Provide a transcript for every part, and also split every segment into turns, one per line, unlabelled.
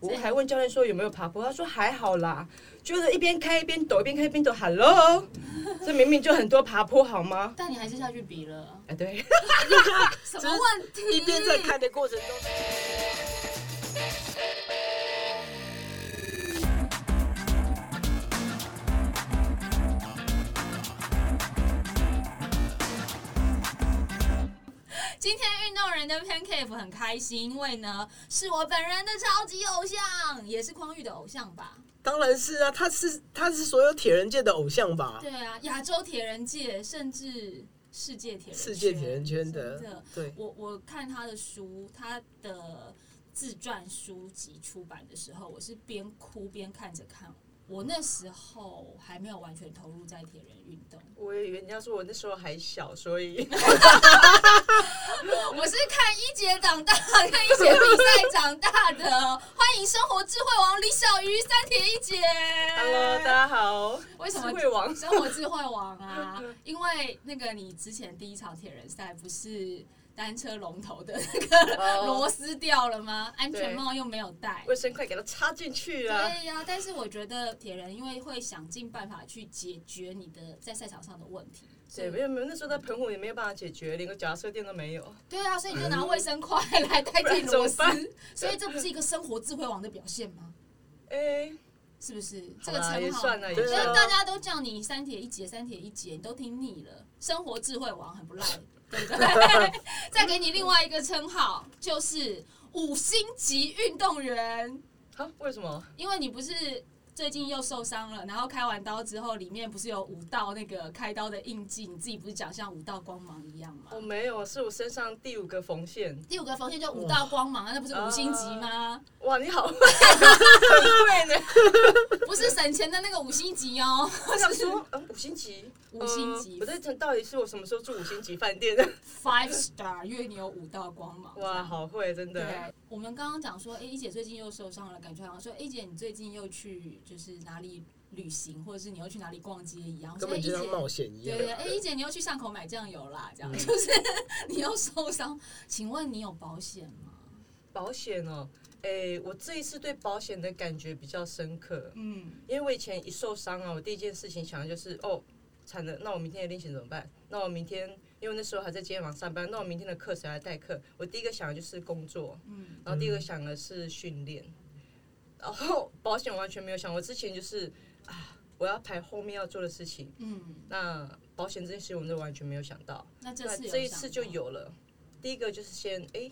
我还问教练说有没有爬坡，他说还好啦，就是一边开一边抖，一边开一边抖，Hello，这 明明就很多爬坡好吗？
但你还是下去比了，
哎，对，
什么问题？
一边在看的过程中，
今天运动人的 Pancake 很开心，因为呢是我本人的超级偶像，也是匡玉的偶像吧？
当然是啊，他是他是所有铁人界的偶像吧？
对啊，亚洲铁人界，甚至世界铁人圈
世界铁人圈
真
的，
的。
对，
我我看他的书，他的自传书籍出版的时候，我是边哭边看着看。我那时候还没有完全投入在铁人运动，
我以为人家说我那时候还小，所 以
我是看一姐长大，看一姐比赛长大的。欢迎生活智慧王李小鱼、三铁一姐。
Hello，大家好，
为什么
智慧王？
生活智慧王啊，因为那个你之前第一场铁人赛不是单车龙头的
哦
螺丝掉了吗？安全帽又没有戴。
卫生快给它插进去啊！
对呀、但是我觉得铁人因为会想尽办法去解决你的在赛场上的问题，所
对，
以
没有没有，那时候在澎湖也没有办法解决，连个脚踏车店都没有。
对啊，所以你就拿卫生筷来代替螺丝
不然怎么，
所以这不是一个生活智慧王的表现吗？
哎，
是不是？这
好
个
啦
称
也
号
算。了，也
对啊
但
算
是
了。
大家都叫你三铁一姐，三铁一姐，你都听腻了。生活智慧王很 不赖，对不对？ 再给你另外一个称号，就是五星级运动员，
好，为什么？
因为你不是最近又受伤了，然后开完刀之后，里面不是有五道那个开刀的印记，你自己不是讲像五道光芒一样吗？
我哦没有，是我身上第五个缝线。
第五个缝线就五道光芒，那不是五星级吗？
哇，你好会，哦很会呢。
不是省钱的那个五星级哦，
我想说，嗯，五星级，
五星级
呃我在想到底是我什么时候住五星级饭店？
，five star，因为你有五道光芒。
哇，好会，真的。
对，我们刚刚讲说，哎、一姐最近又受伤了，感觉好像说，哎、姐你最近又去就是哪里旅行，或者是你又去哪里逛街一样。
根
哦所以
本
一
就像
姐，
冒险一
对
样。嗯
对，哎、一姐你又去巷口买酱油啦，这样、就是 你又受伤，请问你有保险吗？
保险哦，哎，我这一次对保险的感觉比较深刻，
嗯，
因为我以前一受伤啊，我第一件事情想的就是，哦，惨了，那我明天的练习怎么办？那我明天，因为那时候还在健身房上班，那我明天的课谁来代课？我第一个想的就是工作，
嗯，
然后第二个想的是训练，然后保险完全没有想。我之前就是啊，我要排后面要做的事情，
嗯，
那保险这件事情我们都完全没有想到。
那这
那
次有
这一
想
次就
吗，
有了。第一个就是先哎、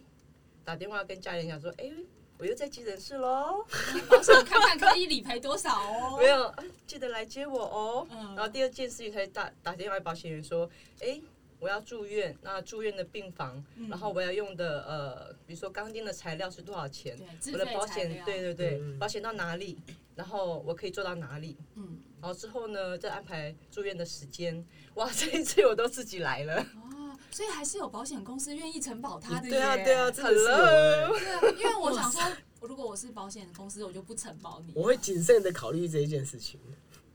打电话跟家人讲说，哎、我又在急诊室喽，
保险看看可以理赔多少哦。
没有、啊记得来接我哦。
嗯
然后第二件事情才打打电话给保险员说，哎、我要住院，那住院的病房，
嗯
然后我要用的呃，比如说钢筋的材料是多少钱？
对，自
我
费
的保
材
险，
料
对，对对，
嗯
保险到哪里，然后我可以做到哪里，
嗯，
然后之后呢，再安排住院的时间。哇， 这一次我都自己来了。
哦，所以还是有保险公司愿意承保他的
对啊
耶
对啊，真的是有
Hello
哎
对啊，因为我想说，如果我是保险公司，我就不承保你，
我会谨慎的考虑这一件事情。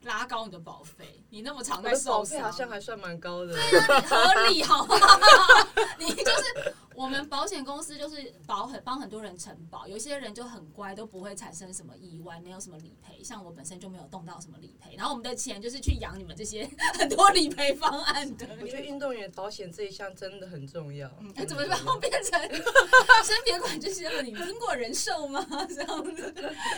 拉高你的保费。你那么常
我
在
的保
受
费
伤，
好像还算蛮高的。
那你合理好不好？ 你就是我们保险公司就是保很帮很多人承保，有些人就很乖，都不会产生什么意外，没有什么理赔。像我本身就没有动到什么理赔，然后我们的钱就是去养你们这些 很多理赔方案的。
我觉得运动员保险这一项真的很重要。
嗯哎怎么把我变成先别管这些了？你听过人寿吗？ 这样子，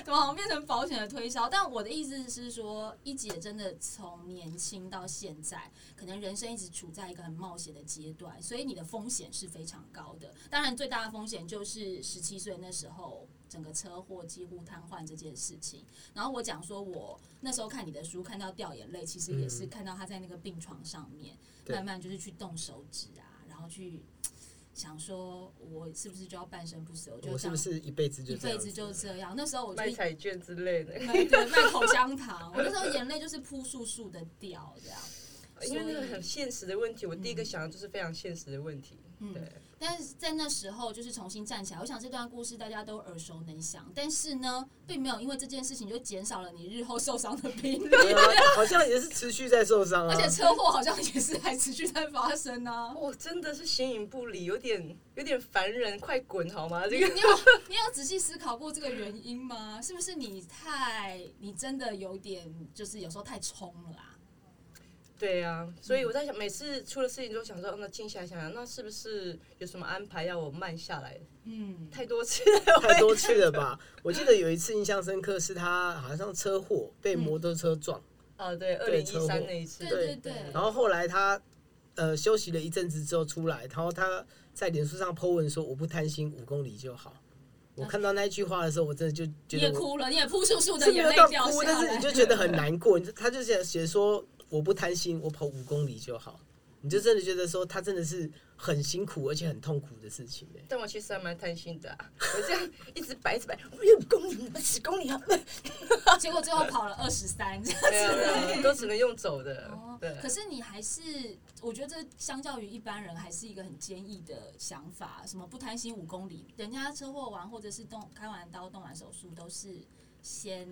怎么好像变成保险的推销？但我的意思是说，一姐真的从年轻到现在，可能人生一直处在一个很冒险的阶段，所以你的风险是非常高的。当然，最大的风险就是十七岁那时候。整个车祸几乎瘫痪这件事情，然后我讲说，我那时候看你的书，看到掉眼泪，其实也是
嗯
看到他在那个病床上面，
对
慢慢就是去动手指啊，然后去想说，我是不是就要半生不死？我就
我是
这样
不是一辈子就
一
这样
辈
子
子就这样？那时候我就
卖彩券之类的，
卖对卖口香糖，我那时候眼泪就是扑簌簌的掉，这样。
因为那个
所以
很现实的问题，我第一个
嗯
想的就是非常现实的问题。
嗯
对，
但是在那时候就是重新站起来。我想这段故事大家都耳熟能详，但是呢，并没有因为这件事情就减少了你日后受伤的频率，
对啊好像也是持续在受伤啊
而。且车祸好像也是还持续在发生啊。
我哦真的是形影不离，有点有点烦人，快滚好吗？这
你
个
你有你有仔细思考过这个原因吗？是不是你太你真的有点就是有时候太冲了啊？
对啊，所
嗯
以我在想，每次出了事情之后，想说，嗯那静下来想想，那是不是有什么安排要我慢下来？
嗯，
太多次，
太多次了吧？我记得有一次印象深刻，是他好像车祸被摩托车撞，
啊，对，二
对
零
车
一
祸
三那一次
嗯对，
对
对对，
然后后来他呃休息了一阵子之后出来，然后他在脸书上 po 文说：“我不贪心，五公里就好。”我看到那一句话的时候，我真的就
你
觉
啊也
得我
哭了，你也扑簌簌的
是没
眼
有
泪
到
掉
哭，
下
但是
来
你。就觉得很难过。你就他就写写说：“我不贪心，我跑五公里就好。”你就真的觉得说他真的是很辛苦而且很痛苦的事情欸
但我其实还蛮贪心的、啊，我这样一直摆一直摆，六公里、十公里啊，
结果最后跑了二十 三。
对啊对 啊，都只能用走的
哦，
对，
可是你还是，我觉得这相较于一般人，还是一个很坚毅的想法。什么不贪心五公里，人家车祸完或者是动开完刀、动完手术，都是先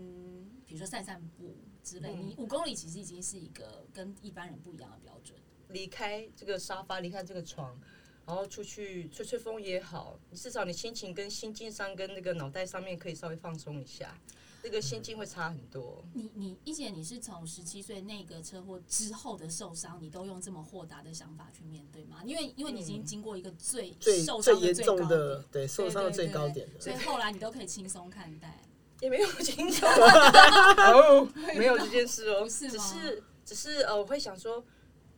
比如说散散步之类。
嗯
你五公里其实已经是一个跟一般人不一样的标准。
离开这个沙发，离开这个床，然后出去吹吹风也好，至少你心情跟心境上跟那个脑袋上面可以稍微放松一下，那个心境会差很多。
你你一姐，你是从十七岁那个车祸之后的受伤，你都用这么豁达的想法去面对吗？因为因为你已经
嗯
经过一个最
最
受
最
伤
严
高
重的，对受伤的最高点
点，
的。
所以后来你都可以轻松看待。
也没有清楚，哦， 没有这件事哦，
不 是吗
只是只是呃，我会想说，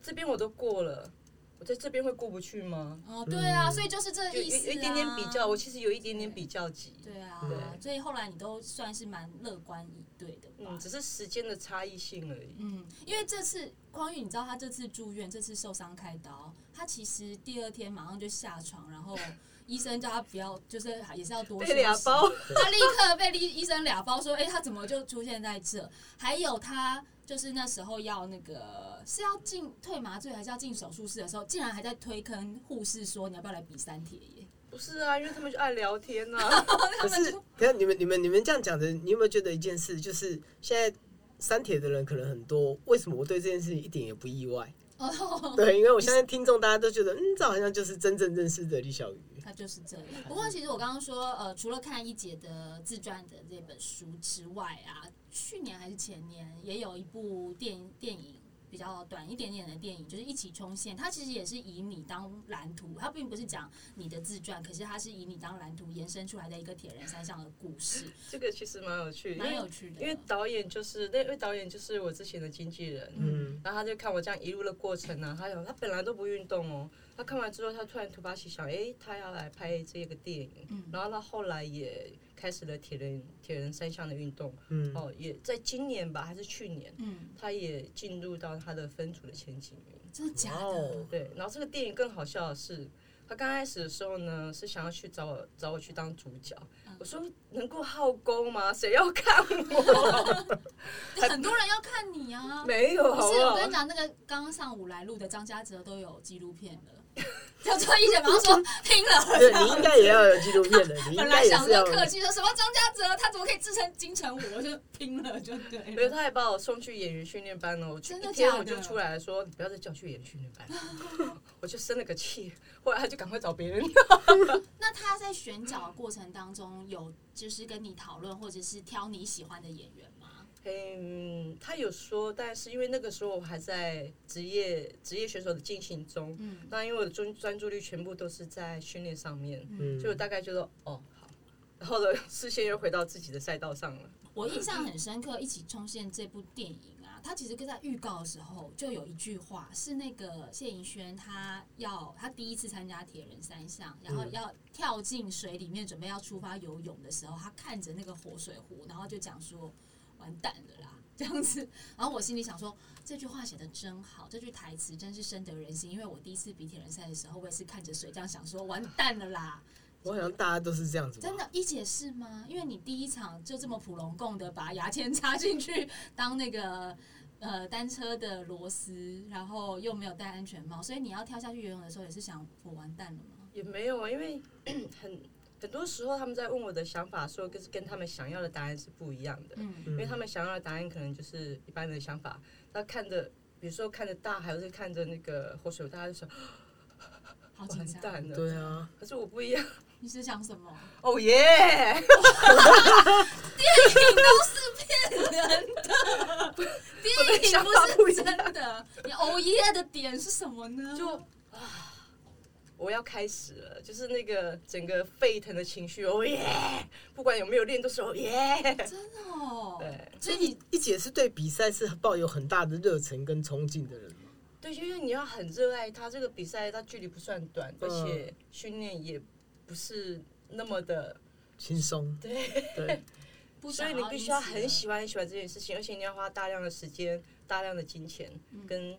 这边我都过了，我在这边会过不去吗？
哦，对啊，
嗯
所以就是这
就
个
有
意思、
有
啊、
一点点比较，我其实有一点点比较急，
对啊，
对
所以后来你都算是蛮乐观以对的吧
嗯，。只是时间的差异性而已。
嗯，因为这次匡玉，你知道他这次住院，这次受伤开刀，他其实第二天马上就下床，然后 医生叫他不要，就是也是要多
被
休
俩
息
包，
他立刻被医医生俩包说，哎、他怎么就出现在这？还有他就是那时候要那个是要进退麻醉还是要进手术室的时候，竟然还在推坑护士说你要不要来比三铁耶？
不是啊，因为他们就爱聊天呐、啊。
可是，可是你们、你们、你们这样讲的，你有没有觉得一件事，就是现在删帖的人可能很多，为什么我对这件事情一点也不意外？
哦，
对，因为我相信听众大家都觉得，嗯，这好像就是真正认识的李小鱼。
他就是这样。不过，其实我刚刚说，呃，除了看一姐的自传的这本书之外啊，去年还是前年也有一部电影电影比较短一点点的电影，就是《一起冲线》。它其实也是以你当蓝图，它并不是讲你的自传，可是它是以你当蓝图延伸出来的一个铁人三项的故事，
这个其实蛮有趣，因
蛮
为
有趣的。
因为导演就是那位导演就是我之前的经纪人，
嗯，
然后他就看我这样一路的过程呢、啊，他想他本来都不运动哦，他看完之后他突然突发奇想，诶，他要来拍这个电影，
嗯
然后他后来也开始了铁人铁人三项的运动，
嗯
哦，也在今年吧还是去年，
嗯，
他也进入到他的分组的前几名。
真的假
哇
的
哦？
对，然后这个电影更好笑的是，他刚开始的时候呢，是想要去找我找我去当主角。
嗯
我说能够好功吗？谁要看我？。
很多人要看你啊
没有，
不
好
是，
不
我
好
跟你？讲，那个刚上午来录的张家哲都有纪录片 了。叫做一姐马上说 听了，
对你应该也要有纪录 片的，你应
本
该
来
也
想说
是要。
客气说什么张家哲，他怎么可以自称金城武？我就拼了就对
没有，
了。
他还把我送去演员训练班了。我去
真的
一天
假
我就
的
出来说，你不要再叫我去演员训练班， 我就生了个气。后来他就赶快找别人。
那他在选角过程当中有就是跟你讨论或者是挑你喜欢的演员吗？
嗯，他有说，但是因为那个时候我还在职业职业选手的进行中，
嗯
那因为我的专专注力全部都是在训练上面，
嗯
所以我大概觉得哦好，然后呢， 视线又回到自己的赛道上了。
我印象很深刻，《一起冲线》这部电影啊，它其实在预告的时候就有一句话，是那个谢盈萱她要她第一次参加铁人三项，然后
嗯
要跳进水里面准备要出发游泳的时候，她看着那个活水湖，然后就讲说完蛋了啦。这样子，然后我心里想说，这句话写的真好，这句台词真是深得人心。因为我第一次比铁人赛的时候，我也是看着水这样想说，完蛋了啦，
我好像大家都是这样子吧。
真的，一姐是吗？因为你第一场就这么普龙共的把牙签 插进去当那个呃单车的螺丝，然后又没有戴安全帽，所以你要跳下去游泳的时候也是想我完蛋了吗？
也没有啊，因为 很很多时候他们在问我的想法的时候，跟跟他们想要的答案是不一样的。
嗯，
因为他们想要的答案可能就是一般人的想法，他看着，比如说看着大海，或是看着那个活水，大家就想
好紧
完
张。
蛋了。
对啊，
可是我不一样，
你是想什么？
哦耶！
人的电影不是真的，你熬夜的点是什么呢？
就 啊，我要开始了，就是那个整个沸腾的情绪，哦耶！不管有没有练，都是哦耶。
真的哦，
对
所以你
一姐是对比赛是抱有很大的热忱跟憧憬的人吗，
对，因为你要很热爱它，这个比赛它距离不算短，而
嗯
且训练也不是那么的，
轻松。
对
对，
不
所
想
以
要
你必须要
因此啊
很喜欢很喜欢这件事情，而且你要花大量的时间、大量的金钱，
嗯
跟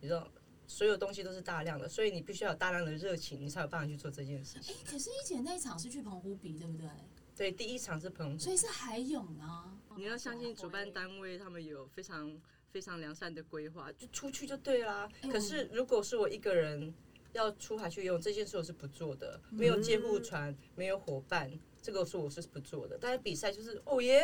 你知道。所有东西都是大量的，所以你必须要有大量的热情，你才有办法去做这件事情。
可是一姐那一场是去澎湖比，对不对？
对，第一场是澎湖，
所以是海泳啊。
你要相信主办单位，他们有非常非常良善的规划，欸就出去就对啦
哎。
可是如果是我一个人要出海去游泳，这件事我是不做的，没有监护船，没有伙伴，这个是我是不做的。但是比赛就是哦耶，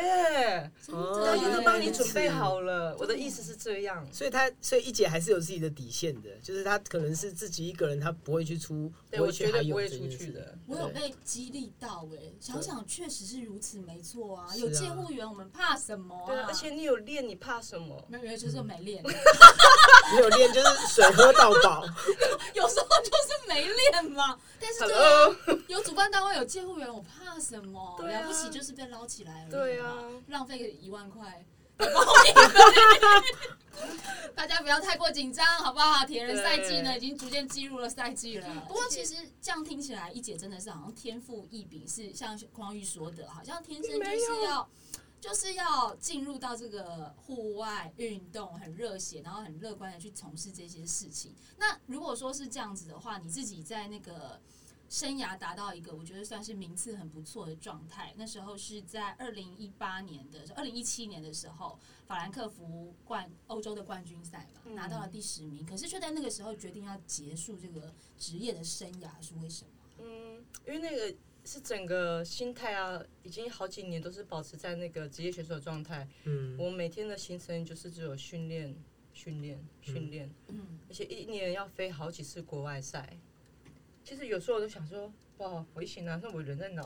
真
哦
的
大
对
家都帮你准备
是
好了。哦我的意思是这样，
所以她，所以一姐还是有自己的底线的，就是她可能是自己一个人，她不会去出，
对
不
我
会去
绝
海
对不
泳
会
这
出
件
去
事。
的。
我有被激励到哎、想想确实是如此，没错啊。
是啊
有监护员，我们怕什么啊？
对啊，而且你嗯有练，你怕什么？
没有，就是没练，
你有练就是水喝到饱，
有时候就是没练 嘛。但是对啊
Hello，
有主办单位有监护员，我怕什么？
对啊
了不起就是被捞起来而已嘛
对啊，
浪费个一万块。 大家不要太过紧张，好不好？铁人赛季呢，
对
已经逐渐进入了赛季了。不过其实这样听起来，一姐真的是好像天赋异禀，是像匡玉说的，好像天生就是要就是要进入到这个户外运动，很热血，然后很乐观的去从事这些事情。那如果说是这样子的话，你自己在那个生涯达到一个我觉得算是名次很不错的状态，那时候是在二零一八年的二零一七年的时候，法兰克福冠欧洲的冠军赛嘛，
嗯
拿到了第十名，可是却在那个时候决定要结束这个职业的生涯，是为什么？
嗯，因为那个是整个心态啊，已经好几年都是保持在那个职业选手的状态。
嗯，
我每天的行程就是只有训练、训练、训练，
嗯，
而且一年要飞好几次国外赛。其实有时候我都想说，哇，我一醒来，那我人在哪？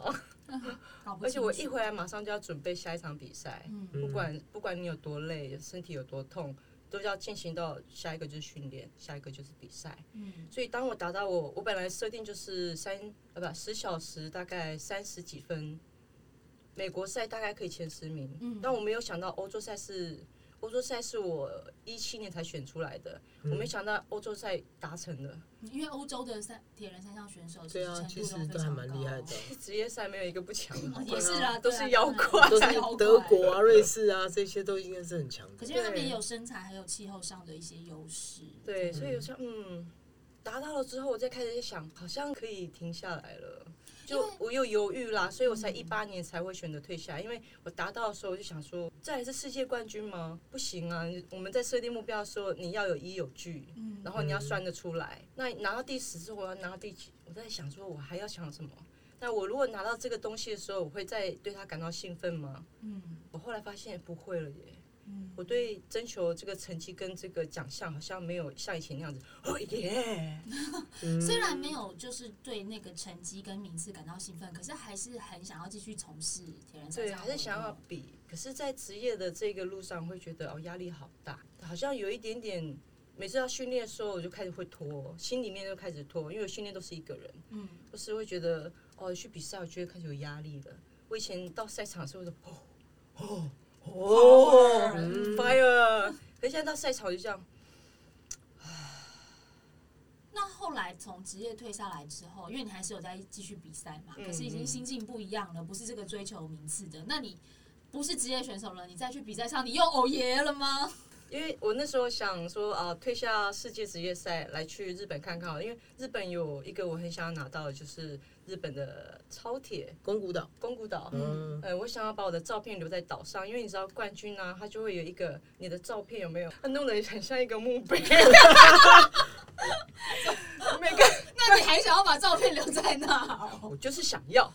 搞不
而且
清楚
我一回来马上就要准备下一场比赛，
嗯
嗯
不管不管你有多累，身体有多痛，都要进行到下一个就是训练，下一个就是比赛。
嗯
所以当我达到我我本来设定就是三呃不十小时大概三十几分，美国赛大概可以前十名，
嗯
但我没有想到欧洲赛是欧洲赛是我一七年才选出来的，我没想到欧洲赛达成了，
因为欧洲的三铁人三项选手
对啊，
其
其
实程
实
度非
都还
常
蛮厉害
高
的，
职业赛没有一个不强
哦
的，
也是
啊，
啊，
都
对啊
是妖怪
都
当然
是
妖怪
德国啊、瑞 士啊这些都应该是很强
可
的。
是因为他们也
对
有身材，还有气候上的一些优势。
对，所以我想嗯。达到了之后，我再开始想，好像可以停下来了，
因
就
为嗯
我又犹豫啦，所以我才一八年才会选择退下来，因为我达到的时候我就想说，这还是世界冠军吗？不行啊！我们在设定目标的时候，你要有依有据，
嗯
然后你要算得出来。那拿到第十之后，我要拿到第几？我在想说，我还要想什么？那我如果拿到这个东西的时候，我会再对它感到兴奋吗？
嗯
我后来发现不会了耶。
嗯，
我对征求这个成绩跟这个奖项好像没有像以前那样子，哦耶！
虽然没有就是对那个成绩跟名次感到兴奋，可是还是很想要继续从事铁人三
对，
项活动。
还是想要比，可是，在职业的这个路上，会觉得哦压力好大，好像有一点点。每次要训练的时候，我就开始会拖，心里面就开始拖，因为我训练都是一个人，
嗯，
就是会觉得哦去比赛，我觉得开始有压力了。我以前到赛场的时候，我就哦哦哦、
嗯
fire，可是现在到赛场我就这样，
那后来从职业退下来之后，因为你还是有在继续比赛嘛，
嗯
可是已经心境不一样了，不是这个追求名次的。那你不是职业选手了，你再去比赛上，你又偶爷了吗？
因为我那时候想说啊，退下世界职业赛来去日本看看好了，因为日本有一个我很想要拿到的，就是日本的超铁
宫古岛，
宫古岛。
嗯，
呃，我想要把我的照片留在岛上，因为你知道冠军啊，他就会有一个你的照片有没有？他弄得很像一个墓碑，每个
那 那你还想要把照片留在那哦？
我就是想要，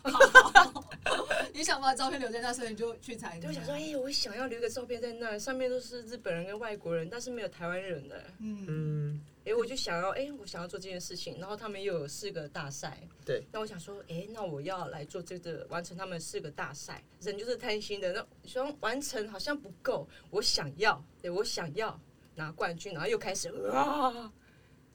你想把照片留在那，所以你就去参加
就。想说，哎、我想要留个照片在那，上面都是日本人跟外国人，但是没有台湾人的。
嗯，
嗯，
哎、我就想要，哎、我想要做这件事情。然后他们又有四个大赛，
对。
那我想说，哎、那我要来做这个，完成他们四个大赛。人就是贪心的，那想完成好像不够，我想要，对我想要拿冠军，然后又开始啊，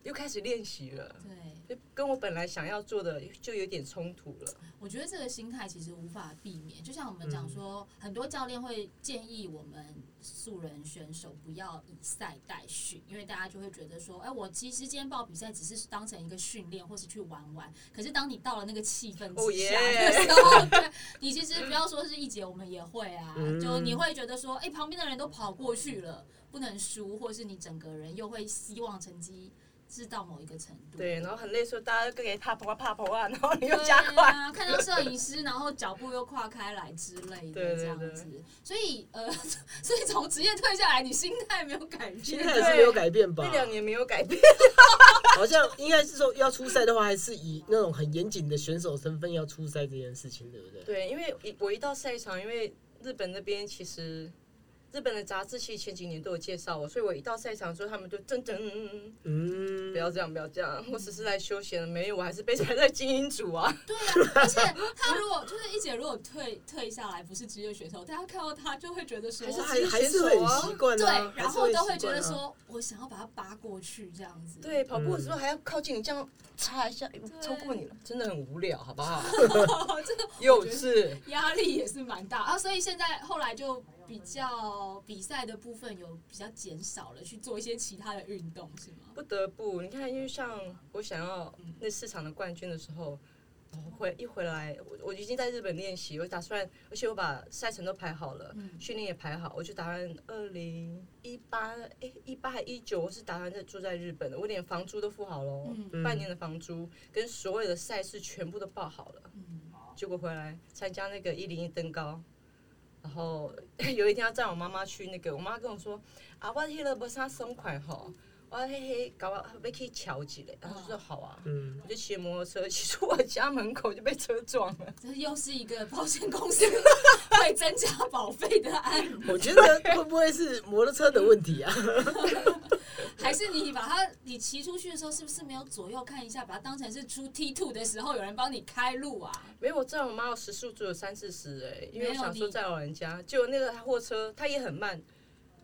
又开始练习了，
对。
就跟我本来想要做的就有点冲突了。
我觉得这个心态其实无法避免，就像我们讲
嗯
说，很多教练会建议我们素人选手不要以赛代训，因为大家就会觉得说，哎，我其实今天报比赛只是当成一个训练，或是去玩玩。可是当你到了那个气氛
哦
之
耶
下的时候，对，你其实不要说是一姐，我们也会啊，
嗯
就你会觉得说，哎，旁边的人都跑过去了，不能输，或是你整个人又会希望成绩是到某一个程度。
对，然后很累的时候，大家都给他跑啊跑啊，然后你
对
又加快。
啊，看到摄影师，然后脚步又跨开来之类的
对对
这样
对
子。所以呃， 所以从职业退下来，你心态没有改
心
变。
态也是没有改变吧
这？两年没有改变，
好像应该是说要出赛的话，还是以那种很严谨的选手身份要出赛这件事情，对不对？
对，因为一我一到赛场，因为日本那边其实日本的杂志其实前几年都有介绍我，所以我一到赛场之后，他们就噔噔，嗯
嗯
不，要这样，不要这样，我只是来休闲的，没有，我还是被排在精英组啊。
对啊，而且他如果就是一姐，如果退退下来不是职业选手，大家看到他就会觉得说
还。是
还还是会很习惯
对
啊，，
然后都
还
会
是习
觉
惯啊
得，说，我想要把他扒过去这样子。
对，跑步的时候还要靠近你，这样擦一下，哎我超过你了，真的很无聊，好不好？
这个
幼稚。
压力也是蛮大啊，所以现在后来就比较比赛的部分有比较减少了，去做一些其他的运动，是吗？
不得不，你看，因为像我想要那市场的冠军的时候，我回一回来，我我已经在日本练习，我打算，而且我把赛程都排好了，
嗯
训练也排好，我就打算二零一八诶一八还一九，我是打算在住在日本的，我连房租都付好了，哦
嗯
嗯
半年的房租跟所有的赛事全部都报好了，
嗯。
结果回来参加那个一零一登高。然后 有一天要载我妈妈去那个，我妈跟我说：“啊，我迄个无啥爽快吼，我嘿嘿搞我要去桥一下。”然后就说：“好啊。”
嗯，
我就骑摩托车， 骑出我家门口就被车撞了。
这又是一个保险公司会增加保费的案，
我觉得会不会是摩托车的问题啊？
还是你把它你骑出去的时候，是不是没有左右看一下，把它当成是出 T two 的时候有人帮你开路啊？
没有，我载我妈我时速只有三四十哎，因为我
没有
想说
你
载老人家，结果那个货车它也很慢。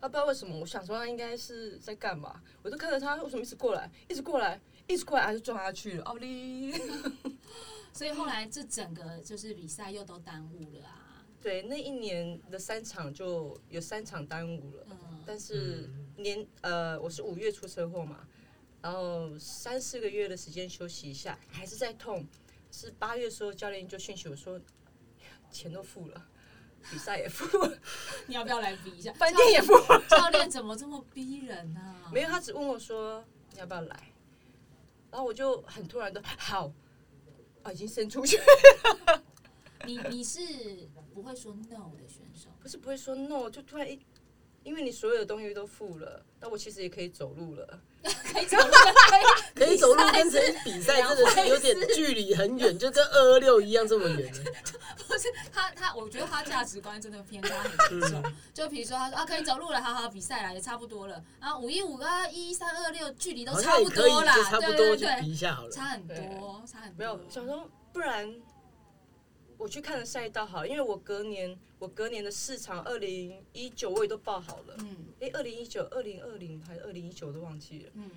啊，不知道为什么，我想说他应该是在干嘛，我就看着他为什么一直过来，一直过来，一直过来，啊就撞下去了，奥 利！
所以后来这整个就是比赛又都耽误了啊。
对，那一年的三场就有三场耽误了，
嗯，
但是年呃，我是五月出车祸嘛，然后三四个月的时间休息一下，还是在痛。是八月的时候，教练就讯息我说，钱都付了，比赛 也付了，
你要不要来 比一下？
饭店也付了，
教教练怎么这么逼人呢、啊？
没有，他只问我说你要不要来，然后我就很突然的 好，啊，已经伸出去，
你你是不会说 no 的选手，
不是不会说 no，就突然一，因为你所有的东西都付了，那我其实也可以走路了。
可以走路跟
可以走路跟成比赛真的是有点距离很远，就跟二二六一样这么远。
不是他他，我觉得他价值观真的偏差很严重。
嗯
就比如说，他说啊，可以走路了，好好比赛了，也差不多了。啊，五一五啊，一三二六，距离 都
好
差
像也
不
可以，
多啦，
就差不
对
多
对
去比
对，
一下好了。
差很多，差很多。
没有，想说不然我去看了赛道好了，因为我隔年我隔年的市场二零一九我也都报好了，
嗯
诶，二零一九、二零二零还是二零一九都忘记了，
嗯，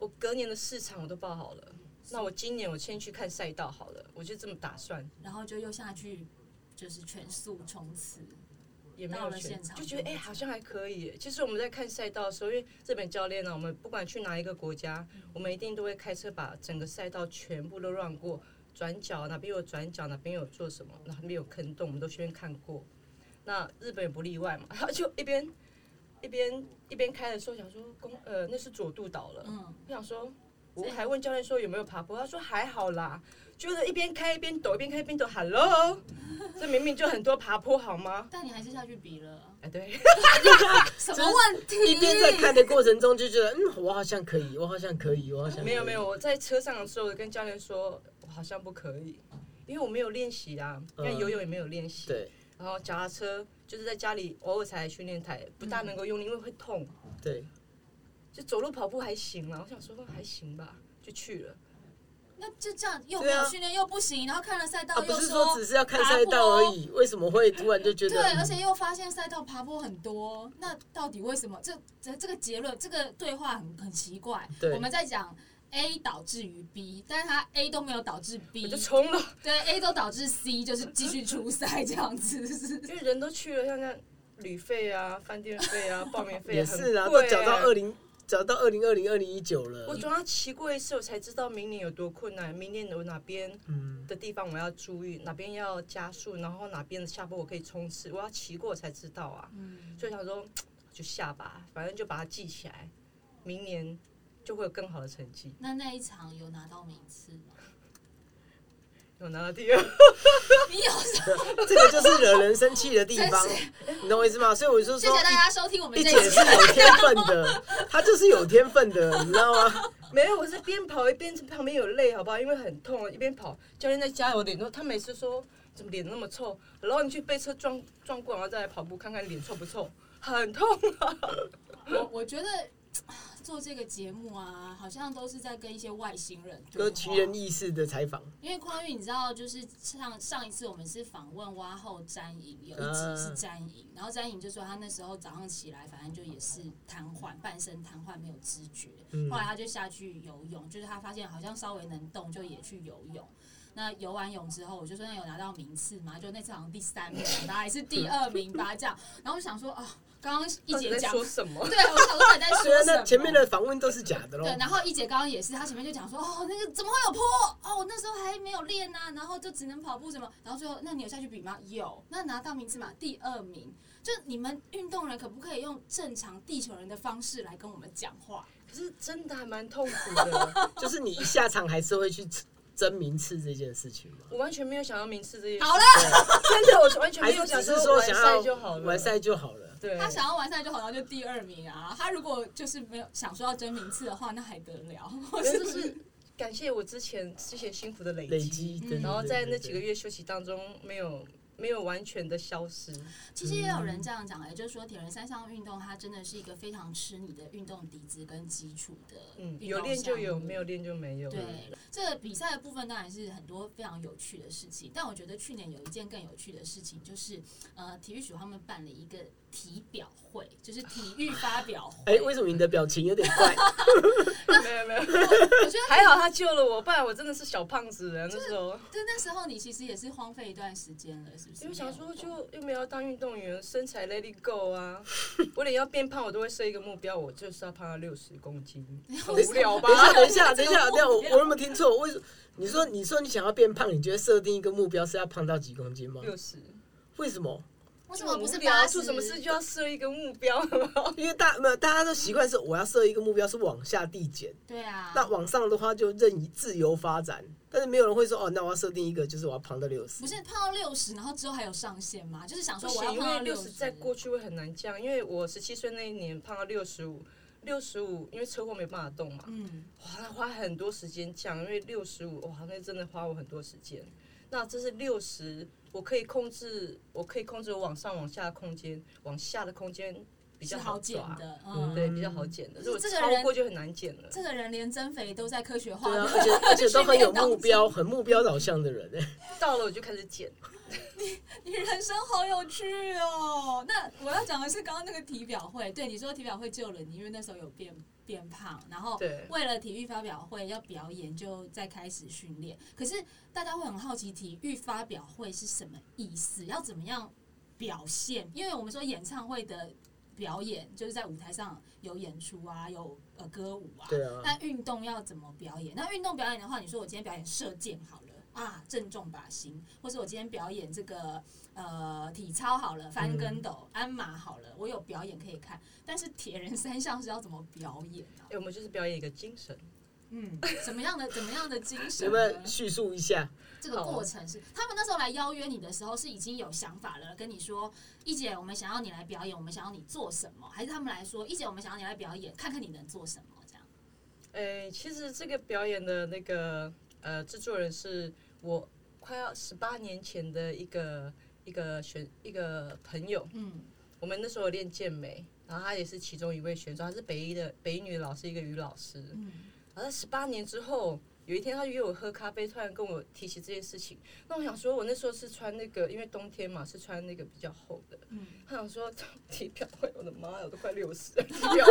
我隔年的市场我都报好了。那我今年我先去看赛道好了，我就这么打算，
然后就又下去，就是全速冲刺。
也没
到
有
了
选
现，场
就觉
就
得诶，哎
会
好像还可以耶。其实我们在看赛道的时候，因为日本教练呢、我们不管去哪一个国家，
嗯
我们一定都会开车把整个赛道全部都绕过，转角啊哪边有转角，哪边有做什么，哪边有坑洞，我们都先看过。那日本也不例外嘛， 然后就一边一边一边开的时候想说公呃那是佐渡岛了，
嗯，
我想说我还问教练说有没有爬坡，他说还好啦，就是一边开一边抖，一边开一边抖，Hello，这 明明就很多爬坡好吗？
但你还是下去比了，
哎，对，
什么问题？
一边在看的过程中就觉得，嗯，我好像可以，我好像可以，我好像可以
没有没，有，我在车上的时候我跟教练说，我好像不可以，因为我没有练习啊，因为
嗯
游泳也没有练习，
对
然后脚踏车就是在家里偶尔才训练台，不
嗯
大能够用力，因为会痛。
对，
就走路跑步还行啦，我想说还行吧，就去了。
那就这样又没有训练又不行，然后看了赛道
啊啊，不
又
是说只是要看赛道而已，为什么会突然就觉得？
对，而
嗯
且又发现赛道爬坡很多，那到底为什么？这这这个结论，这个对话很很奇怪。
对
我们在讲 A 导致于 B，但是它 A 都没有导致
我
B，
就冲了，
对 A 都导致 C，就是继续出赛这样子。是
因为人都去了，像那旅费啊、饭店费啊、报名费
也
很
是啊，
贵欸
都讲到二零，讲到二零二零二零一九
我
了，
总要骑过一次，我才知道明年有多困难，明年有哪边
嗯，
的地方我要注意，哪边要加速，然后哪边的下坡我可以冲刺，我要骑过才知道啊。
嗯，
就想说就下吧，反正就把它记起来，明年就会有更好的成绩。
那那一场有拿到名次 吗？
有拿到第二，
你有？
这个就是惹人生气的地方
真，
你懂我意思吗？所以我就
谢
说
谢大家收听我们
一
这
姐
一
是
期。
有天分的，她就是有天分的，你知道吗？
没有，我是边跑一边旁边有累，好不好？因为很痛，一边跑，教练在加油脸说，他每次说怎么脸那么臭，然后你去被车撞撞过，然后再来跑步看看脸臭不臭，很痛。
我我觉得 做这个节目啊，好像都是在跟一些外星人对
跟
话。
奇人异事的采访，
因为匡玉，你知道，就是上上一次我们是访问蛙后詹颖，有一集
嗯
是詹颖，然后詹颖就说他那时候早上起来，反正就也是瘫痪，半身瘫痪，没有知觉。
嗯
后来他就下去游泳，就是他发现好像稍微能动，就也去游泳。那游完泳之后，我就说那有拿到名次吗？就那次好像第三名吧，还是第二名吧，这样。然后我想说啊，刚刚一
到底
姐
在
讲，
说
对
什么？
我想说你在
虽
说
然
什
那
么？
前面的访问都是假的咯
对，，然后一姐刚刚也是，她前面就讲说，哦，那个怎么会有坡？哦，我那时候还没有练呐、然后就只能跑步什么，然后最后，那你有下去比吗？有，那拿到名次嘛，第二名。就你们运动人可不可以用正常地球人的方式来跟我们讲话？
可是真的还蛮痛苦的，
就是你一下场还是会去争名次这件事情嘛。
我完全没有想要名次这些，
好了，
真的我完全
还
没
是
有
只
想
是说
完
想
赛
要
就好了，
完赛就好了。
对，
他想要完赛就好，然后就第二名啊。他如果就是没有想说要争名次的话，那还得 了？
我就是感谢我之前之前辛苦的累
累
积，
积，
嗯
对对
然后
对
在
对
那
对
几个月休息当中没有没有完全的消失，
其实也有人这样讲，也哎就是说，铁人三项运动它真的是一个非常吃你的运动底子跟基础的
嗯
运，动
有练就有，
项目
没有练就没有，
对，这个比赛的部分当然是很多非常有趣的事情，但我觉得去年有一件更有趣的事情，就是呃，体育署他们办了一个体表会，就是体育发表
哎、
会。
为什么你的表情有点怪？
没有没有，
我觉得
还好他救了我，不然我真的是小胖子 了那时候。
对那时候你其实也是荒废一段时间了，是不是？
因为想说就又没有要当运动员，身材 let it go 啊，我连要变胖我都会设一个目标，我就是要胖到六十公 斤，很无 聊吧
等一？下，等一下，等一下，等一下，我我有没有听错？为什你说你说你想要变胖，你觉得设定一个目标是要胖到几公斤吗？
六十，
为什么？
为什么不
就
是
很无聊
八
做
十？
什么事就要设一个目标？
因为大没有大家都习惯是我要设一个目标是往下递减，
对啊，
那往上的话就任意自由发展，但是没有人会说哦，那我要设定一个就是我要胖到六十
不。是胖到六十，然后之后还有上限吗？就是想
不
说我要
行，因
胖到
为
六
六十在过去会很难降，因为我十七岁那一年胖到六十五，六十五因为车祸没办法动嘛，
嗯，
哇，那花很多时间降，因为六十五，哇，那真的花我很多时间。那这是六十，我可以控制，我可以控制我往上、往下的空间，往下的空间比较
是好减
抓，
的，
嗯
嗯。
对，比较好减的。如果
这个
超
人
过就很难减了。
这个人连增肥都在科学化
对
的
啊，而且而且都很有目标，很目标导向的人哎、
到了我就开始减，
你人生好有趣哦！那我要讲的是刚刚那个体表会，对你说体表会救了你，因为那时候有变变胖，然后
对，
为了体育发表会要表演，就再开始训练。可是大家会很好奇体育发表会是什么意思，要怎么样表现？因为我们说演唱会的表演就是在舞台上有演出啊，有呃歌舞啊，
对啊，
那运动要怎么表演？那运动表演的话，你说我今天表演射箭好了啊，正中靶心，或者我今天表演这个呃体操好了，翻跟斗、鞍马好了，我有表演可以看。但是铁人三项是要怎么表演呢、
哎，我们就是表演一个精神，
嗯，怎么样的怎么样的精
要
神
不
呢
要？叙述一下？
这个过程是，他们那时候来邀约你的时候是已经有想法了，跟你说，一姐，我们想要你来表演，我们想要你做什么？还是他们来说，一姐，我们想要你来表演，看看你能做什么？这样，
诶、其实这个表演的那个呃制作人是我快要十八年前的一个一个选一个朋友，
嗯，
我们那时候有练健美，然后他也是其中一位选手，他是北一的北一女的老师，一个女老师。
嗯
然后在十八年之后，有一天他约我喝咖啡，突然跟我提起这件事情。那我想说，我那时候是穿那个，因为冬天嘛，是穿那个比较厚的。
嗯
他想说 体表会，我的妈呀，我都快六十了，体表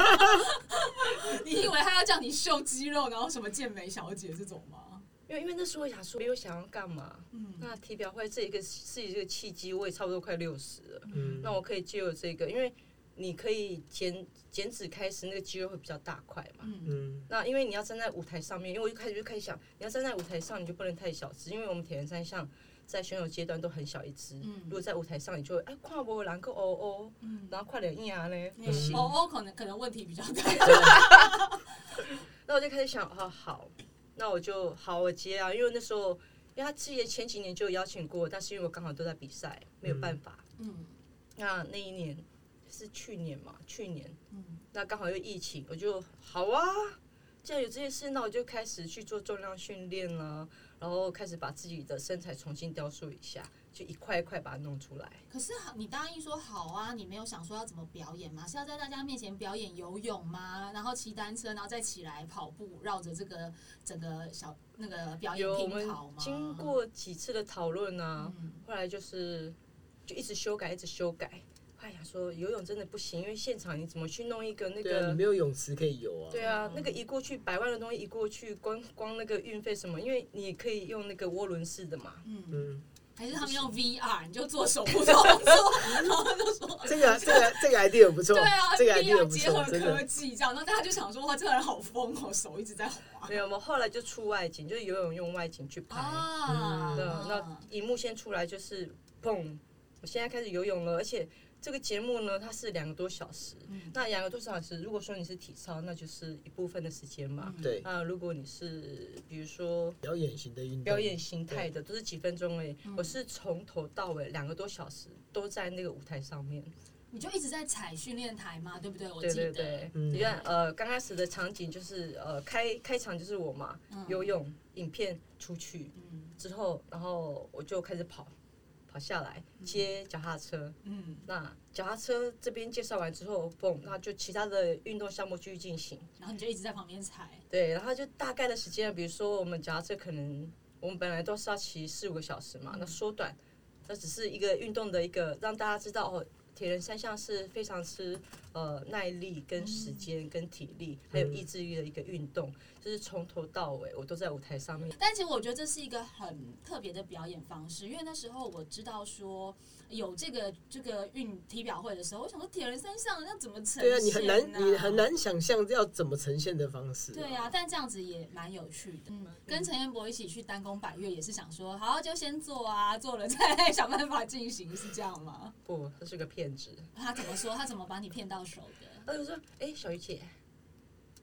你以为他要叫你秀肌肉，然后什么健美小姐这种吗？
因为因为那时候我想说，没有想要干嘛。
嗯
那体表会这一个是一个契机，我也差不多快六十了。
嗯
那我可以借由这个，因为你可以减减脂开始，那个肌肉会比较大块嘛。
嗯
嗯
那因为你要站在舞台上面，因为我一开始就开始想，你要站在舞台上，你就不能太小只，因为我们铁人三项在选手阶段都很小一只。如
嗯
果在舞台上，你就会哎跨博然后哦哦，
嗯，
然后快点硬啊嘞，
嗯
不行。
哦哦，可能可能问题比较大，
那我就开始想，啊好，那我就好我接啊，因为那时候因为他之前前几年就有邀请过我，但是因为我刚好都在比赛，没有办法。
嗯
那那一年是去年嘛，去年
嗯
那刚好又疫情，我就好啊，既然有这件事，那我就开始去做重量训练啦，然后开始把自己的身材重新雕塑一下，就一块一块把它弄出来。
可是好你答应说好啊，你没有想说要怎么表演吗？是要在大家面前表演游泳吗？然后骑单车，然后再起来跑步，绕着这个整个小那个表演
有我
拼
们
跑吗？
经过几次的讨论呢，
嗯
后来就是就一直修改，一直修改。后来想说游泳真的不行，因为现场你怎么去弄一个那
对啊，你
个？
没有泳池可以游啊。
对啊
嗯，
那个移过去百万的东西移过去，光光那个运费什么，因为你可以用那个涡轮式的嘛，
嗯，
嗯，
还是他们用 VR，你就做手部动 作，然后就说。
这个这个这个 idea 不错，
对啊，
这个
VR
idea 不
结合
错，真
科
的。
技这样，然后大家就想说哇，这个人好疯哦，手一直在 滑
没有，我们后来就出外景，就是游泳用外景去拍。
啊
嗯
对，那荧幕先出来就是砰，我现在开始游泳了，而且这个节目呢，它是两个多小时。
嗯
那两个多小时，如果说你是体操，那就是一部分的时间嘛。
嗯
对，
那如果你是比如说
表演型的运动，
表演形态的，都是几分钟而已。
嗯
我是从头到尾两个多小时都在那个舞台上面。
你就一直在踩训练台嘛，对不对？我
对
记
对
得，
对，
嗯
你看呃，刚开始的场景就是呃开开场就是我嘛，
嗯
游泳影片出去，
嗯
之后，然后我就开始跑，跑下来接脚踏车。
嗯
那脚踏车这边介绍完之后，嘣，那就其他的运动项目继续进行。
然后你就一直在旁边踩，
对，然后就大概的时间，比如说我们脚踏车可能我们本来都是要骑四五个小时嘛，那缩短，那只是一个运动的一个让大家知道哦，铁人三项是非常吃呃耐力、跟时间、跟体力，还有意志力的一个运动，就是从头到尾我都在舞台上面。
但其实我觉得这是一个很特别的表演方式，因为那时候我知道说有这个这个运体表会的时候，我想说铁人三项要怎么呈现、
对啊，你很难，你很。难想象要怎么呈现的方式。
对啊，但这样子也蛮有趣的。嗯，跟陈彦博一起去单攻百越也是想说，好就先做啊，做了再想办法进行，是这样吗？
不，这是个骗子。
他怎么说？他怎么把你骗到手的？
他就说：“哎、小鱼姐，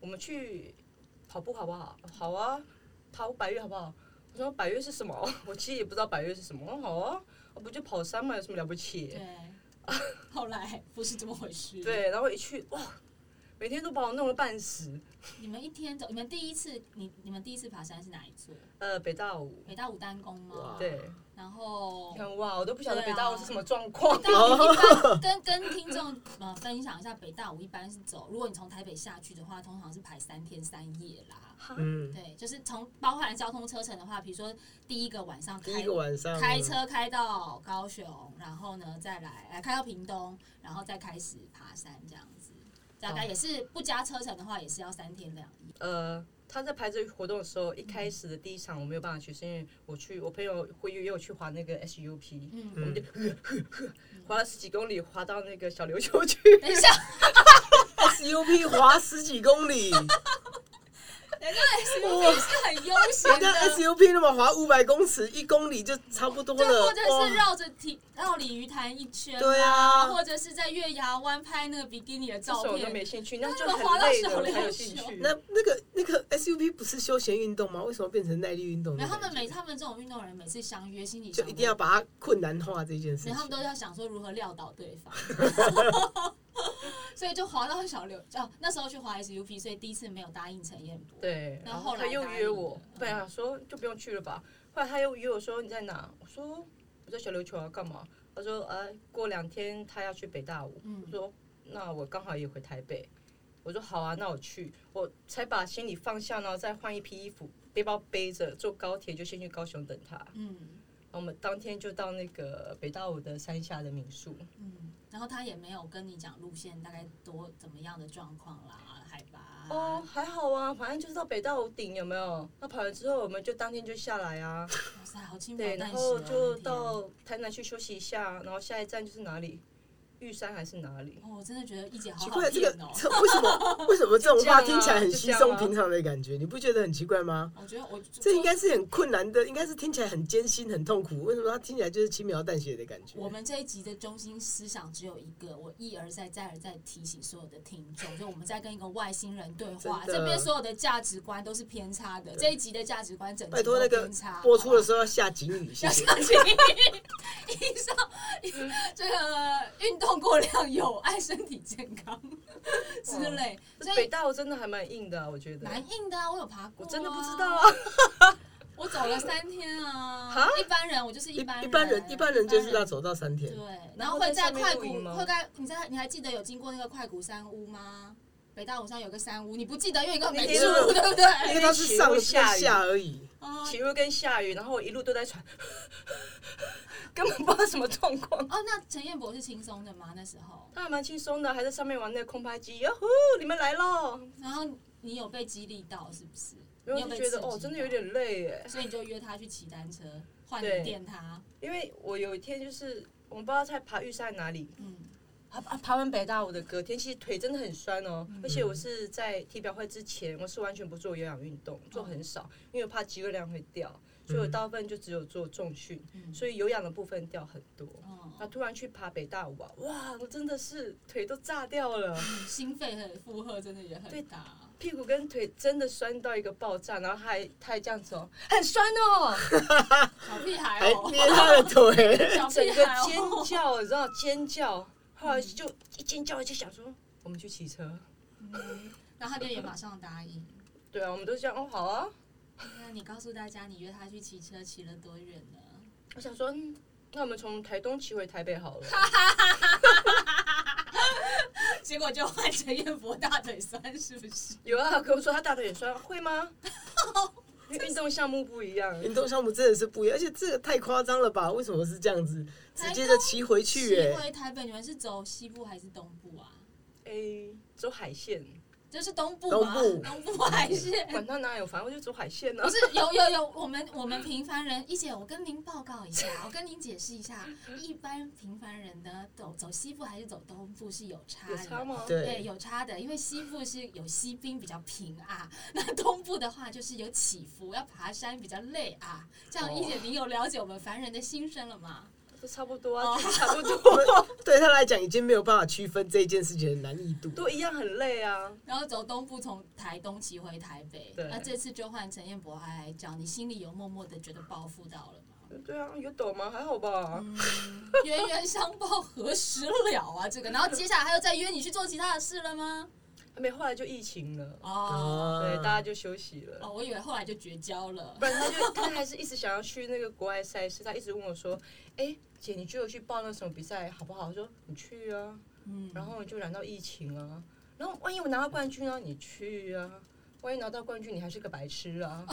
我们去跑步好不好？好啊，跑百越好不好？”我说：“百越是什么？ 我其实也不知道百越是什么。”哦好啊，我不就跑山嘛，有什么了不起？
对， 后来不是这么回事。，
对，然后一去哇，每天都把我弄了半死。
你们一天走，你们第一次，你你们第一次爬山是哪一座？
呃，北大五，
北大武丹宫吗
哇？
对，
然后
你看哇，我都不晓得
对啊
北大五是什么状况。
但一般跟跟听众呃分享一下，北大五一般是走，如果你从台北下去的话，通常是排三天三夜啦。
哈
嗯，
对，就是从包含交通车程的话，比如说第一个晚上
第一
开
个晚上嗯
开车开到高雄，然后呢再来呃开到屏东，然后再开始爬山这样子，大
哦
概也是不加车程的话，也是要三天两夜。
呃，他在排这个活动的时候，一开始的第一场我没有办法去，是因为我去我朋友会约我去滑那个 SUP，我
嗯，
们就 滑了十几公里，滑到那个小琉球去。
等一下，
SUP 滑十几公
人
里，
家 SUV 是很悠闲
人家
的，
SUP 那么滑五百公尺，一公里就差不多
对，啊
了，
或者是
哇
绕着体绕鲤鱼潭一圈，
对啊
或者是在月牙湾拍那个比基尼的
这
照
种我都
片，
没兴趣，那
那
就
你们滑
很
到
累
手
的，我才
流
有兴
手
趣。
那那个那个 SUP 不是休闲运动吗？为什么变成耐力运动呢？
然后他们每他们这种运动人每次相约，心里
就
想
一定要把它困难化这件事
所以
情
他。们都要想说如何撂倒对 方，所以就滑到小刘哦，那时候去滑 SUP，所以第一次没有答应陈彦博。
对，
那
然
后
后
来
他又
答应
约
了
我，本来想说就不用去了吧。后来他又约我说你在哪？我说我在小琉球啊，干嘛？他说呃，过两天他要去北大武。
嗯
我说那我刚好也回台北。我说好啊，那我去。我才把行李放下，然后再换一批衣服，背包背着坐高铁就先去高雄等他。
嗯
然后我们当天就到那个北大武的山下的民宿。
嗯，然后他也没有跟你讲路线大概多怎么样的状况啦，海拔啊
哦，，还好啊，反正就是到北大武顶有没有？那跑完之后，我们就当天就下来 啊。
哇塞，好轻
对，
描
然
淡写
后
哦。我
就
的天
到台南去休息一下，然后下一站就是哪里？玉山还是哪里？
哦，我真的觉得一姐好
奇
好
怪，这个
骗哦。
这为什么为什么这种话
就这样啊
听起来很稀
就这
松
样啊
平常的感觉？你不觉得很奇怪吗？
我觉得我
这应该是很困难的，应该是听起来很艰辛、很痛苦。为什么它听起来就是轻描淡写的感觉？
我们这一集的中心思想只有一个，我一而再、再而再提醒所有的听众，就我们在跟一个外星人对话，
真的
这边所有的价值观都是偏差的。这一集的价值观整集
拜托
都
那个
偏差。
播出的
好
时候要下警语，谢
吧要
谢。
相信以上这个运动过量有碍身体健康之类，所
北
以
大我真的还蛮硬的啊、我觉得。
蛮硬的啊。我有爬
我
过、
真的不知道。啊，
我走了三天啊
哈，
一般人我就是一般
一
人，
一般人一般人就是要走到三天，
对，然
然
后
后
会
在
在
上面
快
露
谷，
营吗
会在你在你还记得有经过那个快谷山屋吗？北大武山有个山屋，你不记得，因为你根本没
你
住，
记
对不
得因
对？
为它是上
因为下雨
下而已。
啊
起雾跟下雨，然后我一路都在喘， 根本不知道什么状况。
哦，那陈彦博是轻松的吗？那时候，
他还蛮轻松的，还在上面玩那个空拍机，哟呼，你们来喽！
然后你有被激励到是不是？
然
你
后
有
我就
被
觉得
刺激
哦，真的有点累耶，
所以你就约他去骑单车，换
对
你电他，
因为我有一天就是我们不知道在爬玉山哪里，
嗯，
爬啊爬爬完北大我的隔天，其实腿真的很酸哦，
嗯
而且我是在体表会之前，我是完全不做有氧运动，
哦
做很少，因为我怕肌肉量会掉，所以我大部分就只有做重训，
嗯
所以有氧的部分掉很多。
哦
那突然去爬北大舞啊，哇，我真的是腿都炸掉了，
嗯心肺的负荷真的也很
对
大。
屁股跟腿真的酸到一个爆炸，然后还他还这样子哦，很酸哦，
小屁孩
还
哦，
哎捏他的腿，
小
哎整
屁
个
孩
尖
哦，
叫，你知道尖叫，后来就一尖叫我就想说，我们去骑车，
嗯然后他就也马上答应。
对啊，我们都这样哦，好啊。
那你告诉大家，你约他去骑车骑了多远呢？
我想说，嗯那我们从台东骑回台北好了。
结果就换成彦博大腿酸，是不是？
有啊，跟我说他大腿很酸，会吗？因为运动项目不一样。
运动项目真的是不一样，而且这个太夸张了吧？为什么是这样子？直接就骑回去
骑
哎、
回欸台北，你们是走西部还是东部啊？
诶，哎走海线，
就是东部嘛，
东部
东部还是？
管他哪有，反正我就走海线啊呢、
不是有有有，我们我们平凡人，一姐，我跟您报告一下，我跟您解释一下，一般平凡人呢，走走西部还是走东部是有差
有
的，
差吗？
对，
对，
有差的，因为西部是有西冰比较平啊，那东部的话就是有起伏，要爬山比较累啊。这样，
哦
一姐，您有了解我们凡人的心声了吗？
都差不多啊，
哦
距离差不
我
多，
们对他来讲已经没有办法区分这件事情的难易度。
都一样很累啊。
然后走东部从台东骑回台北，
对
那这次就换陈彦博还来讲，你心里有默默的觉得报复到了吗？
对啊，有抖吗？还好吧。
嗯，冤冤相报何时了啊？这个，然后接下来他又再约你去做其他的事了吗？
还没，后来就疫情了，
哦
啊
对，大家就休息了。
哦，我以为后来就绝交了
不。然他就他还是一直想要去那个国外赛事，他一直问我说：“哎、姐，你就有去报那什么比赛好不好？”我说：“你去啊。”
嗯，
然后就染到疫情啊，然后万一我拿到冠军啊，你去啊。万一拿到冠军，你还是个白痴啊！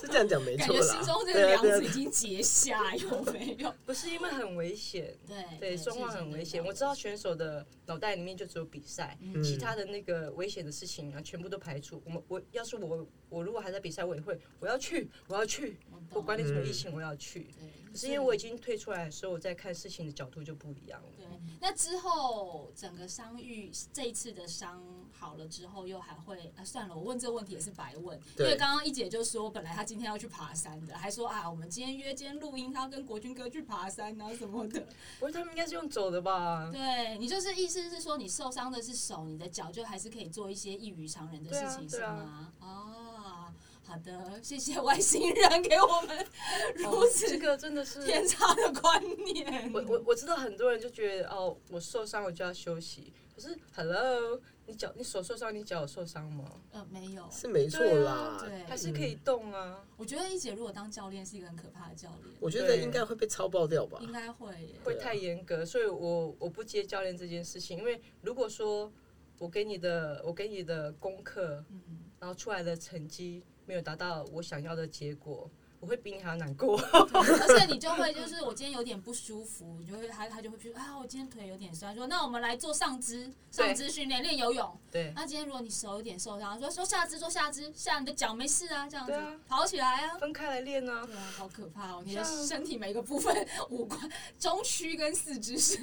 是这样讲没
感
错
觉心
啦
中。这个
对
梁
啊对
子
啊
已经结下，有没有？
不是因为很危险，
对
哎对，状况很危险。我知道，选手的脑袋里面就只有比赛，
嗯
其他的那个危险的事情啊，全部都排除。我们我要是我我如果还在比赛，我也会我要去，我要去，
我
不
懂。
管你什么疫情，我要去。
对，
可嗯是因为我已经退出来的时候，我在看事情的角度就不一样了。
对，那之后整个伤愈这一次的伤好了之后，又还会啊，算了，我问这个问题也是白问，因
对
为刚刚一姐就说，本来她今天要去爬山的，还说啊，我们今天约今天录音，她要跟国军哥去爬山啊什么的。
不是他们应该是用走的吧？
对你就是意思是说，你受伤的是手，你的脚就还是可以做一些异于常人的事情，是
对
吗
啊？
啊，好的，谢谢外星人给我们 如
哦这
此
个真的是
偏差的观念。
我我我知道很多人就觉得哦，我受伤我就要休息。可是，Hello，你脚你手受伤，你脚有受伤吗？
呃，没有，
是没错
对
啦嗯
啊。
对
还是可以动啊。
我觉得一姐如果当教练是一个很可怕的教练，
我觉得应该会被超爆掉吧。
应该会耶。
会太严格，所以我我不接教练这件事情，因为如果说我给你的我给你的功课，
嗯，
然后出来的成绩没有达到我想要的结果，我会比你还要难过。
而且你就会就是我今天有点不舒服，你就会他他就会说啊，我今天腿有点酸，说那我们来做上肢上肢训练，练游泳。
对，
那今天如果你手有点受伤，说说下肢，说下肢，下你的脚没事啊，这样子、
对啊
跑起来啊。
分开来练啊。
对啊，好可怕哦！你的
像
身体每个部分五官、中区跟四肢是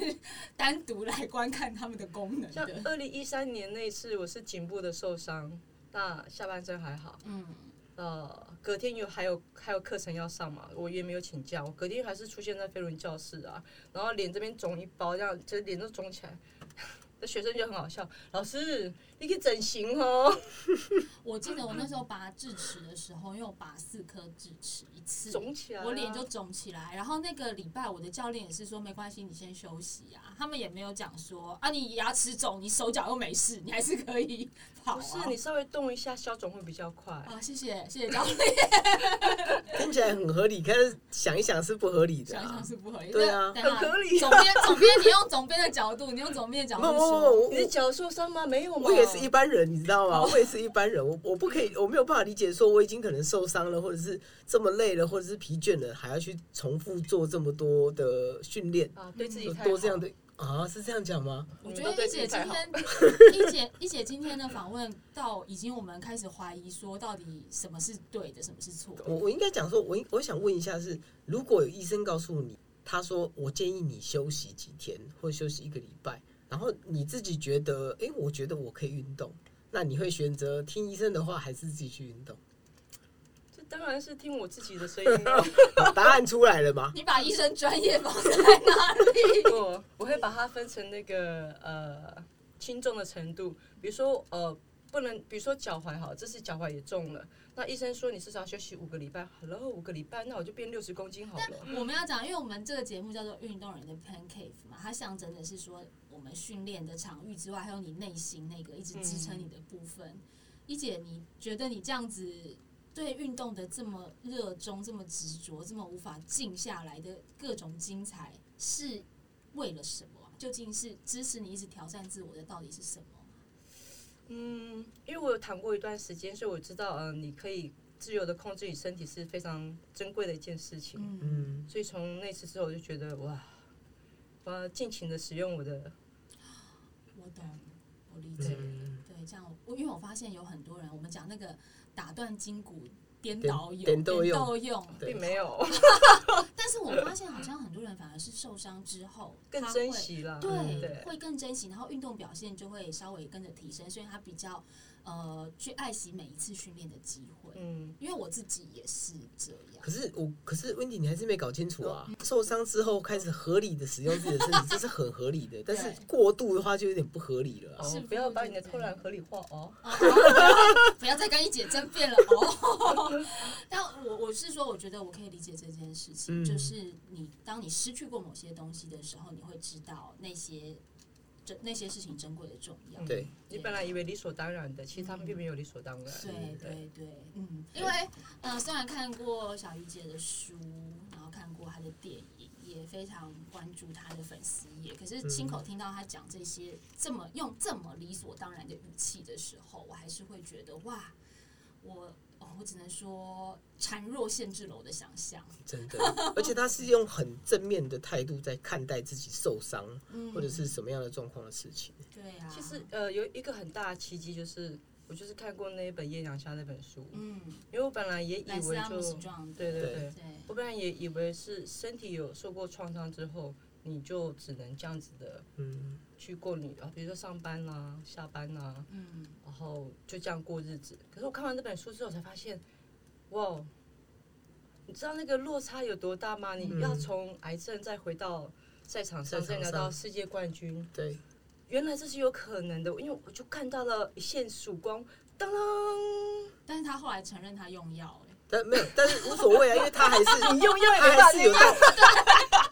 单独来观看他们的功能
像
的。
二零一三年那一次，我是颈部的受伤，那下半身还好。
嗯，
呃，隔天有还有还有课程要上嘛，我也没有请假，我隔天还是出现在飞轮教室啊，然后脸这边肿一包，这样这脸都肿起来。 这学生就很好笑，老师，你可以整形哦。
我记得我那时候拔智齿的时候，因为我拔四颗智齿一次，
肿起来啊、
我脸就肿起来。然后那个礼拜，我的教练也是说没关系，你先休息啊。他们也没有讲说啊，你牙齿肿，你手脚又没事，你还是可以跑、啊。
不是，你稍微动一下，消肿会比较快。
啊，谢谢谢谢教练。
听起来很合理，但是想一想是不合理的
想一
啊
想。是不合理，
对啊
但但
很合理
总编总编，你用总编的角度，你用总编的角
不
度
不
说，
不，
你
我
的脚受伤吗？没有吗？
我也是一般人，你知道吗？我也是一般人，我我不可以，我没有办法理解，说我已经可能受伤了，或者是这么累了，或者是疲倦了，还要去重复做这么多的训练，
啊，对自己
有
太
嗯多这
好
样的啊？是这样讲吗？
我
你
觉
们都
得
对自己
一姐
太
今
好。
天一姐一姐今天的访问到已经我们开始怀疑说到底什么是对的，什么是错
啊
的。
我我应该讲说，我应我想问一下是，如果有医生告诉你，他说我建议你休息几天或休息一个礼拜，然后你自己觉得，诶，我觉得我可以运动，那你会选择听医生的话，还是自己去运动？
这当然是听我自己的声音啊。
好答案出来了吗？
你把医生专业放在哪里？
我我会把它分成那个呃轻重的程度，比如说呃不能，比如说脚踝好，这次脚踝也重了，那医生说你至少要休息五个礼拜，Hello 五个礼拜，那我就变六十公斤好了。
我们要讲，因为我们这个节目叫做《运动人的 Pancake》嘛，它象征的是说我们训练的场域之外，还有你内心那个一直支撑你的部分。一姐，你觉得你这样子对运动的这么热衷、这么执着、这么无法静下来的各种精彩，是为了什么啊？究竟是支持你一直挑战自我的到底是什么？
嗯，因为我有谈过一段时间，所以我知道，嗯、你可以自由的控制你身体是非常珍贵的一件事情。
嗯，
嗯，
所以从那次之后，我就觉得哇，我要尽情的使用我的
我懂，我理解。
嗯，
对，这样我因为我发现有很多人，我们讲那个打断筋骨、颠
颠
倒用、
颠倒用
用
对
并没有
但是我发现好像很多人反而是受伤之后
更
他会
珍惜啦。
对，
嗯
对
会更珍惜，然后运动表现就会稍微跟着提升，所以他比较呃去爱惜每一次训练的机会。
嗯，
因为我自己也是这样，
可是我，可是温迪，你还是没搞清楚啊！受伤之后开始合理的使用自己的身体，这是很合理的，但是过度的话就有点不合理了啊、
是
哦，
不
不要
是
把
就
你的
这
偷
样
懒合理化哦。
哦好不要不要再跟一姐争辩 了哦。 但我我是说，我觉得我可以理解这件事情，
嗯
就是你当你失去过某些东西的时候，你会知道那些珍那些事情珍贵的重要。
嗯
对，
你本来以为理所当然的，其实他们
嗯
并没有理所当然。
对对对，嗯，因为呃，虽然看过小鱼姐的书，然后看过她的电影，也非常关注她的粉丝业，可是亲口听到她讲这些这么用这么理所当然的语气的时候，我还是会觉得哇，我。哦，我只能说孱弱限制了我的想象。
真的。而且他是用很正面的态度在看待自己受伤
嗯
或者是什么样的状况的事情。
对啊，
其实呃，有一个很大的契机就是我就是看过那一本《夜阳下》那本书，
嗯，
因为我本来也以
莱斯
为
拉姆
就
形状，
对对
对
对，
对，
我本来也以为是身体有受过创伤之后，你就只能这样子的
嗯，
去过你啊，比如说上班啦、下班啊啦、
嗯，
然后就这样过日子。可是我看完这本书之后才发现，哇，你知道那个落差有多大吗？你
嗯
要从癌症再回到赛场上，
赛
再
场
拿
上
到世界冠军，
对，
原来这是有可能的，因为我就看到了一线曙光，当当，
但是他后来承认他用药、欸，
但没有，但是无所谓啊，因为他还是
你用药也
他
没办
还
法
是有到，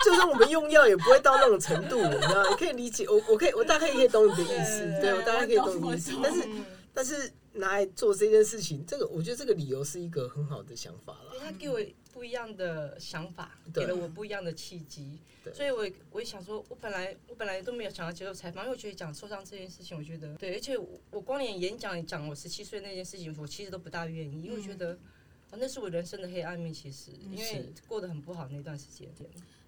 就是我们用药也不会到那种程度，你知道？你可以理解，我我可以，我大概可以懂你的意思，
对
对我大概可以
我
懂你的意思
懂，
但是
嗯
但是拿来做这件事情，这个我觉得这个理由是一个很好的想法啦。
他给我不一样的想法，
对
给了我不一样的契机，
对
所以我我也想说，我本来我本来都没有想要接受采访，因为我觉得讲受伤这件事情，我觉得对，而且我我光连演讲讲我十七岁那件事情，我其实都不大愿意，因为我觉得。啊那是我人生的黑暗面，其实因为
是
过得很不好那段时间。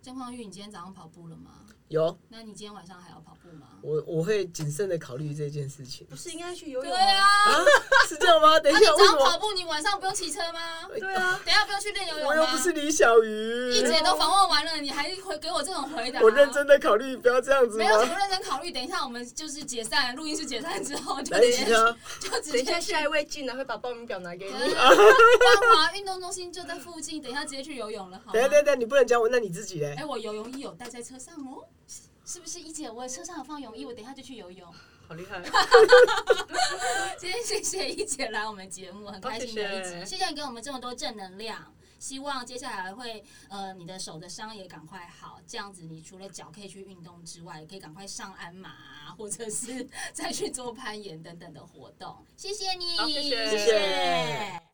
郑匡玉，你今天早上跑步了吗？
有
那你今天晚上还要跑步吗？
我我会谨慎的考虑这件事情
不是应该去游泳
对
吗？
啊，
啊，是这样吗？等一
那啊你
下，为
早
什
上跑
么
步，你晚上不用骑车吗？
对啊，
等一下不用去练游泳吗？
我又不是李小
一
鱼？
姐都访问完了，你还回给我这种回答？
我认真的考虑，不要这样子
没有什
吗？
么认真考虑。等一下我们就是解散，录音室解散之后就
来
直
得及
接
他，
就直
等一
接
下
去
下一位进来会把报名表拿给
啊
你。
万华运动中心就在附近，等一下直接去游泳了，好吗
等一下等一下，等一下，你不能讲我，那你自己嘞
哎、？我游泳衣有带在车上哦，是是不是一姐？我车上有放泳衣，我等一下就去游泳。
好厉害！
今天谢谢一姐来我们节目，很开心的一集，
好谢谢
谢谢你给我们这么多正能量。希望接下来会，呃，你的手的伤也赶快好，这样子你除了脚可以去运动之外，也可以赶快上鞍马啊、或者 是再去做攀岩等等的活动。谢谢你，
好谢谢
谢谢